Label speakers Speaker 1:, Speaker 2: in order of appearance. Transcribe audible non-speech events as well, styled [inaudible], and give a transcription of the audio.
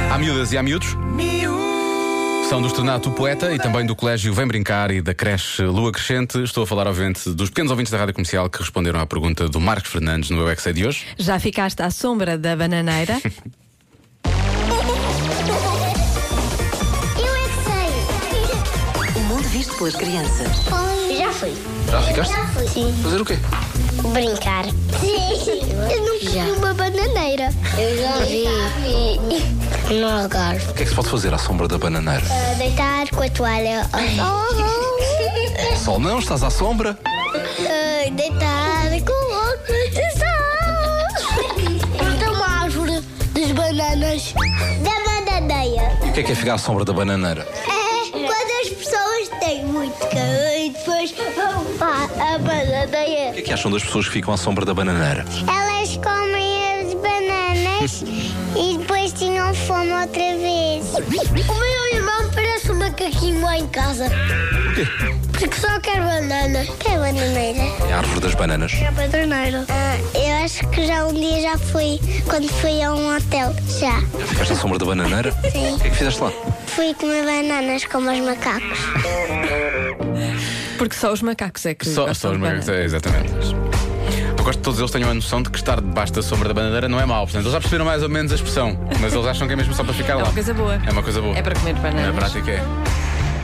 Speaker 1: Há miúdas e há miúdos. São do Estrenato Poeta e também do Colégio Vem Brincar e da creche Lua Crescente. Estou a falar, obviamente, dos pequenos ouvintes da Rádio Comercial que responderam à pergunta do Marcos Fernandes no EUXA de hoje.
Speaker 2: Já ficaste à sombra da bananeira?
Speaker 3: Eu é que
Speaker 4: O mundo visto pelas crianças.
Speaker 3: sei. Já fui.
Speaker 1: Já ficaste?
Speaker 3: fui. Sim.
Speaker 1: Fazer o quê?
Speaker 3: Brincar. Sim. Eu não vi uma bananeira. Eu já vi. No Algarve.
Speaker 1: O que é que se pode fazer à sombra da bananeira?
Speaker 3: deitar com a toalha.
Speaker 1: [laughs] Sol não, estás à sombra?
Speaker 3: deitar com o óculos de sol. Pronto, uma árvore das bananas. Da bananeira.
Speaker 1: O que é que é ficar à sombra da bananeira?
Speaker 3: É quando as pessoas têm muito calor e depois vão para a bananeira.
Speaker 1: O que é que acham das pessoas que ficam à sombra da bananeira?
Speaker 3: Elas comem as bananas [laughs] e depois tinham fome outra vez. O meu irmão parece um macaquinho lá em casa. Porque só quer banana. Quer bananeira?
Speaker 1: É a árvore das bananas.
Speaker 3: Quer bananeira. eu acho que já um dia já fui, quando fui a um hotel. Já.
Speaker 1: Já ficaste à sombra da bananeira?
Speaker 3: Sim.
Speaker 1: O que é que fizeste lá?
Speaker 3: Fui comer bananas como os macacos.
Speaker 2: Porque só os macacos é que.
Speaker 1: Só,
Speaker 2: gostam
Speaker 1: só os
Speaker 2: de
Speaker 1: meus.
Speaker 2: banana.
Speaker 1: É, exatamente. Eu gosto que todos eles tenham a noção de que estar debaixo da sombra da bananeira não é mau. Portanto, eles já perceberam mais ou menos a expressão, mas eles acham que é mesmo só para ficar lá.
Speaker 2: uma coisa boa.
Speaker 1: É uma coisa boa.
Speaker 2: É para comer
Speaker 1: Na
Speaker 2: bananas.
Speaker 1: prática é.